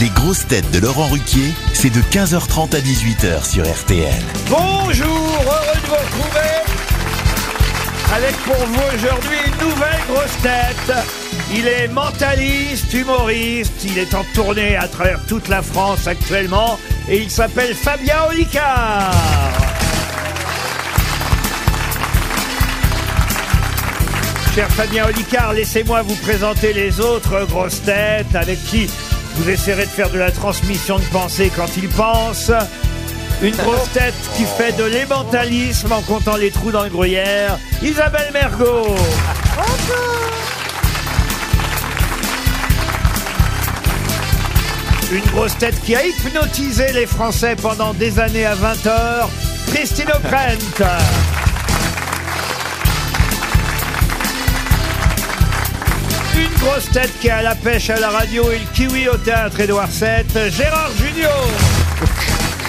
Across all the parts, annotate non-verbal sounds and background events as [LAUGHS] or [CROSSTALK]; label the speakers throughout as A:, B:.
A: Les grosses têtes de Laurent Ruquier, c'est de 15h30 à 18h sur RTL.
B: Bonjour, heureux de vous retrouver avec pour vous aujourd'hui une nouvelle grosse tête. Il est mentaliste, humoriste, il est en tournée à travers toute la France actuellement et il s'appelle Fabien Olicard. Cher Fabien Olicard, laissez-moi vous présenter les autres grosses têtes avec qui vous essaierez de faire de la transmission de pensée quand ils pensent. Une grosse tête qui fait de l'émentalisme en comptant les trous dans le gruyère, Isabelle Mergot. Une grosse tête qui a hypnotisé les Français pendant des années à 20 heures, Christine O'Krent. Une grosse tête qui a la pêche à la radio et le kiwi au théâtre Édouard VII, Gérard Junior.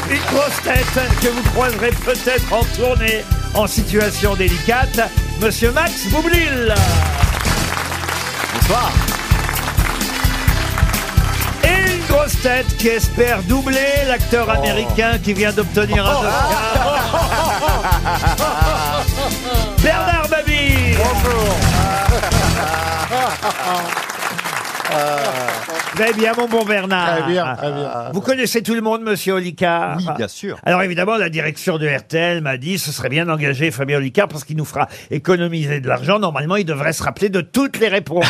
B: Une grosse tête que vous croiserez peut-être en tournée en situation délicate, Monsieur Max Boublil. Bonsoir. Et une grosse tête qui espère doubler l'acteur américain qui vient d'obtenir un Oscar, Bernard Mabille. Très bien, mon bon
C: Ah,
B: Bernard.
D: Très bien, très bien.
B: Vous connaissez tout le monde, monsieur Olicard
C: bah.
D: Oui,
C: [LAUGHS]
D: bien sûr.
B: Alors évidemment, la direction de RTL m'a dit ce serait bien d'engager Fabien Olicard parce qu'il nous fera économiser de l'argent. Normalement, il devrait se rappeler de toutes les réponses.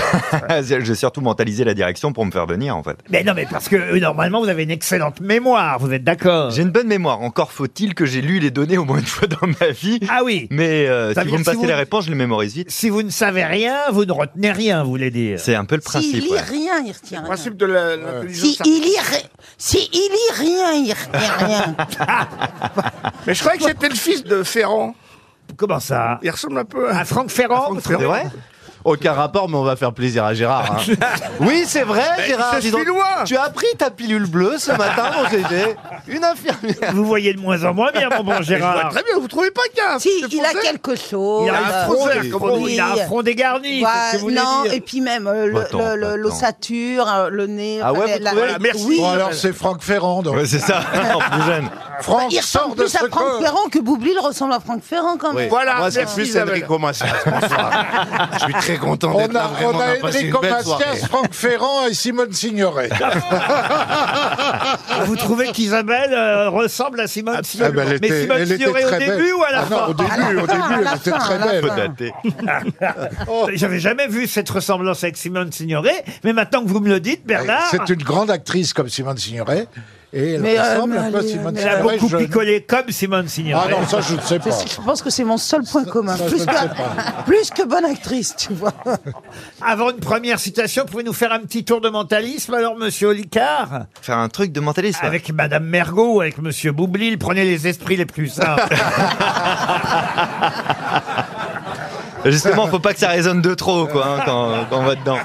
D: J'ai surtout mentalisé la direction pour me faire venir, en fait.
B: mais non, mais parce que euh, normalement, vous avez une excellente mémoire, vous êtes d'accord
D: J'ai une bonne mémoire. Encore faut-il que j'ai lu les données au moins une fois dans ma vie.
B: Ah oui,
D: Mais euh,
B: Ça
D: si
B: veut
D: vous
B: dire
D: me
B: si
D: passez
B: vous-
D: les réponses, je les mémorise vite.
B: si vous ne savez rien, vous ne retenez rien, vous voulez dire.
D: C'est un peu le
E: S'il
D: principe.
E: lit
D: ouais.
E: rien, il retient rien.
F: principe de la- l'intelligence
E: Si il lit, ri- si il lit rien, il
B: [LAUGHS]
E: retient rien.
F: Mais je croyais que c'était le fils de Ferrand.
B: Comment ça
F: Il ressemble un
G: Ah,
F: peu à.
B: À Franck Ferrand
F: Franck Ferrand.
D: C'est vrai
C: [LAUGHS] Aucun rapport, mais on va faire plaisir à Gérard. [LAUGHS] hein. oui, c'est vrai,
E: Ah,
C: Gérard.
F: se
C: dis donc,
F: fait loin.
C: Tu as pris ta pilule bleue ce matin, mon GG. Une infirmière.
B: Vous voyez de moins en moins bien, mon bon
F: Ouais,
B: Gérard.
F: très bien, vous trouvez pas qu'il y a un
E: Si
F: fils de
E: il a
F: Français
E: quelque chose.
B: Il a un
E: euh,
F: front,
E: oui,
F: comme on
B: Il a un front dégarni,
E: Voilà,
B: c'est ce que vous voulez
E: non,
B: dire.
E: et puis même euh, le-
D: Attends,
E: le- le-
D: attends.
E: l'ossature, euh, le nez.
C: Ah ouais,
E: enfin,
C: vous trouvez
F: Ah, merci.
E: Oui.
F: Bon,
E: Bah,
F: alors,
C: c'est Franck Ferrand.
D: Ouais,
C: [LAUGHS]
D: c'est ça, en plus jeune.
C: Franck
E: il ressemble plus à Franck Ferrand que Boublil ressemble à Franck Ferrand quand même.
F: Voilà,
G: Moi, c'est
F: merci,
G: plus
F: Isabelle.
G: Enrico Macias. Bonsoir. Je suis très content d'être
C: On
G: là.
C: a,
G: Vraiment,
C: on a
G: passé une
C: Enrico
G: belle soirée.
C: Macias, Franck Ferrand et Simone Signoret.
B: Vous trouvez qu'Isabelle euh, ressemble à Simone
C: Ah
B: Signoret
C: ben, elle
B: Mais
C: était-
B: Simone
C: elle était
B: Signoret au
C: très
B: début
C: belle.
B: ou à la
C: Ah non,
B: fin
C: au début, au
E: fin, à
C: début,
E: la
C: elle était
E: fin, à
C: très
E: la
C: belle.
E: fin.
D: Daté.
B: Oh, J'avais jamais vu cette ressemblance avec Simone Signoret, mais maintenant que vous me le dites, Bernard,
C: Eh, C'est une grande actrice comme Simone Signoret. Et elle
E: Mais, euh,
C: ressemble un peu à
E: mais,
C: Simone
E: mais
B: elle a
C: Signoret.
B: beaucoup
C: jeune.
B: picolé comme Simone
C: Ah
B: Signoret.
C: non, ça, je ne sais pas.
E: C'est- Je pense que c'est mon seul point commun.
C: ça, je
E: plus,
C: ne
E: que,
C: sais pas.
E: [LAUGHS] plus que bonne actrice, tu vois.
B: Avant une première citation, pouvez-nous faire un petit tour de mentalisme alors, monsieur Olicard
D: Faire un truc de mentalisme.
B: Avec madame Mergot, avec monsieur Boublil, prenez les esprits les plus
C: [LAUGHS]
B: simples.
D: Justement, faut pas que ça résonne de trop, quoi, hein, quand, quand on va dedans.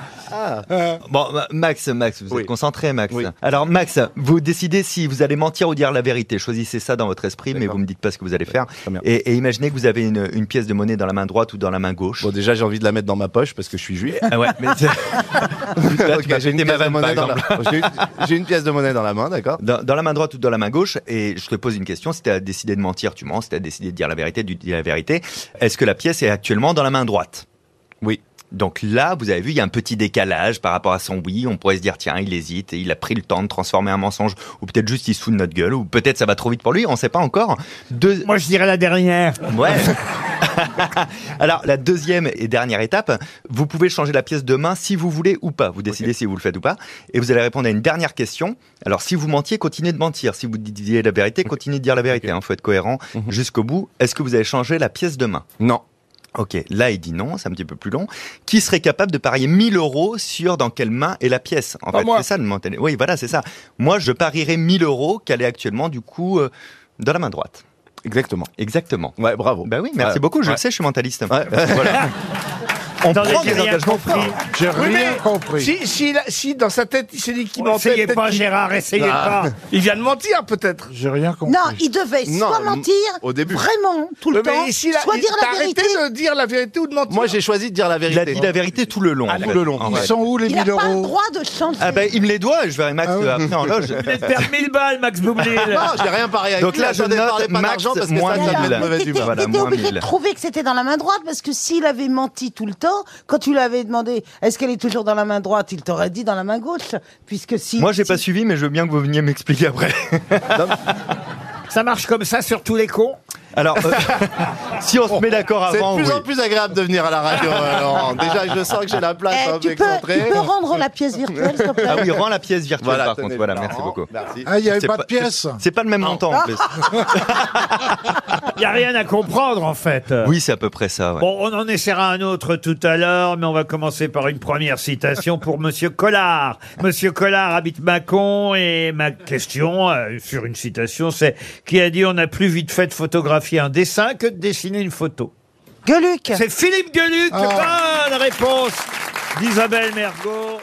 D: Bon, Ma- Max, Max, vous
G: Oui.
D: êtes concentré, Max.
G: Oui.
D: Alors, Max, vous décidez si vous allez mentir ou dire la vérité. Choisissez ça dans votre esprit, mais
G: D'accord.
D: vous me dites pas ce que vous allez faire.
G: très bien.
D: Et, et imaginez que vous avez une, une pièce de monnaie dans la main droite ou dans la main gauche.
G: Bon, déjà, j'ai envie de la mettre dans ma poche parce que je suis [LAUGHS] juif.
D: Ah ouais, mais c'est- Là, tu
G: Ok,
D: m'as
G: j'ai une,
D: pété ma
G: pièce de
D: vanne, par
G: monnaie dans la...
D: exemple.
G: j'ai [LAUGHS] une- j'ai une pièce de monnaie dans la main, d'accord
D: dans, dans la main droite ou dans la main gauche, et je te pose une question. Si tu as décidé de mentir, tu mens. Si tu as décidé de dire la vérité, tu dis la vérité. Est-ce que la pièce est actuellement dans la main droite
G: Oui.
D: Donc là, vous avez vu, il y a un petit décalage par rapport à son oui. On pourrait se dire, tiens, il hésite et il a pris le temps de transformer un mensonge. Ou peut-être juste il se fout de notre gueule. Ou peut-être ça va trop vite pour lui. On ne sait pas encore. Deux...
B: Moi, je dirais la dernière.
D: Ouais. [LAUGHS] Alors, la deuxième et dernière étape, vous pouvez changer la pièce de main si vous voulez ou pas. Vous décidez si vous le faites ou pas. Et vous allez répondre à une dernière question. Alors, si vous mentiez, continuez de mentir. Si vous disiez la vérité, continuez de dire la vérité. Il faut être cohérent jusqu'au bout. Est-ce que vous avez changé la pièce de main
G: Non.
D: Ok, là il dit non, c'est un petit peu plus long. Qui serait capable de parier 1000 euros sur dans quelle main est la pièce En
F: Pas
D: fait,
F: moi.
D: c'est ça le mental. Oui, voilà, c'est ça. Moi, je parierais 1000 euros qu'elle est actuellement, du coup, euh, dans la main droite.
G: Exactement.
D: Exactement.
G: Ouais, bravo.
D: Ben oui, merci
G: Ouais.
D: beaucoup, je [LAUGHS]
G: Ouais.
D: le sais, je suis mentaliste.
G: Ouais, voilà.
D: On
B: Attendez,
D: prend
B: j'ai
D: des
B: rien
D: engagements
B: compris.
D: forts.
F: J'ai
C: rien
F: compris. Si, si, il a- si dans sa tête, il s'est dit qu'il mentait.
B: Essayez
F: peut-être
B: pas,
F: qu'il-
B: Gérard, essayez
F: Ah.
B: pas.
F: Il vient de mentir, peut-être.
H: J'ai rien compris.
E: Non, il devait
G: Non,
E: soit
G: m-
E: mentir,
G: au début.
E: vraiment, tout le
F: Mais
E: temps,
F: ici, là,
E: soit
F: il-
E: dire
F: t'as
E: la vérité.
F: arrêté de dire la vérité ou de mentir.
G: Moi, j'ai choisi de dire la
D: Il a
G: vérité.
D: dit la vérité Ah, tout le long. en fait. En
H: Ils
D: vrai.
H: sont où les
E: Il n'a
H: 1000
E: pas le
H: euros
E: droit de changer.
D: Ah ben, il me les doit, je verrai Max
H: Ah oui.
D: euh, après
H: [LAUGHS]
D: en loge.
B: Vous allez perdre 1000 balles, Max Boublil. [LAUGHS]
G: Non, j'ai rien parié avec
D: Donc
G: lui,
D: là, je
G: attendez,
D: note
G: parlez pas
D: max
G: d'argent parce que
D: moins
G: ça, ça me met de
D: mille.
E: Alors,
G: mauvaise
E: t'étais
G: humeur.
D: Voilà,
E: t'étais
D: moins
E: obligé de
D: mille.
E: trouver que c'était dans la main droite parce que s'il avait menti tout le temps, quand tu lui avais demandé est-ce qu'elle est toujours dans la main droite, il t'aurait dit dans la main gauche. Puisque si. Eh,
D: Moi, j'ai pas
E: si-
D: suivi, mais je veux bien que vous veniez m'expliquer après.
B: Ça marche comme ça sur tous les cons
D: Alors, [LAUGHS] euh, si on se met d'accord
G: C'est
D: avant,
G: de plus
D: Ah oui.
G: en plus agréable de venir à la radio, euh, Laurent. Déjà, je sens que j'ai la place hein,
E: Eh,
G: un
E: tu,
G: peu
E: peux, tu
G: excentrée.
E: peux rendre la pièce virtuelle, s'il te plaît
D: Ah oui, rend la pièce virtuelle
G: Voilà,
D: par
G: tenez,
D: contre. Voilà,
G: Laurent.
D: merci beaucoup.
G: Merci.
H: Ah, il n'y avait
D: C'est
H: pas de
D: pas-
H: pièce.
D: C'est pas le même montant en plus.
B: Il n'y a rien à comprendre, en fait.
D: Oui, c'est à peu près ça. ouais.
B: Bon, on en essaiera un autre tout à l'heure, mais on va commencer par une première citation pour Monsieur Collard. Monsieur Collard habite Mâcon et ma question euh, sur une citation, c'est qui a dit on a plus vite fait de photographier un dessin que de dessiner une photo.
E: Gueuluc
B: C'est Philippe Gueluc. Bonne réponse d'Isabelle Mergot.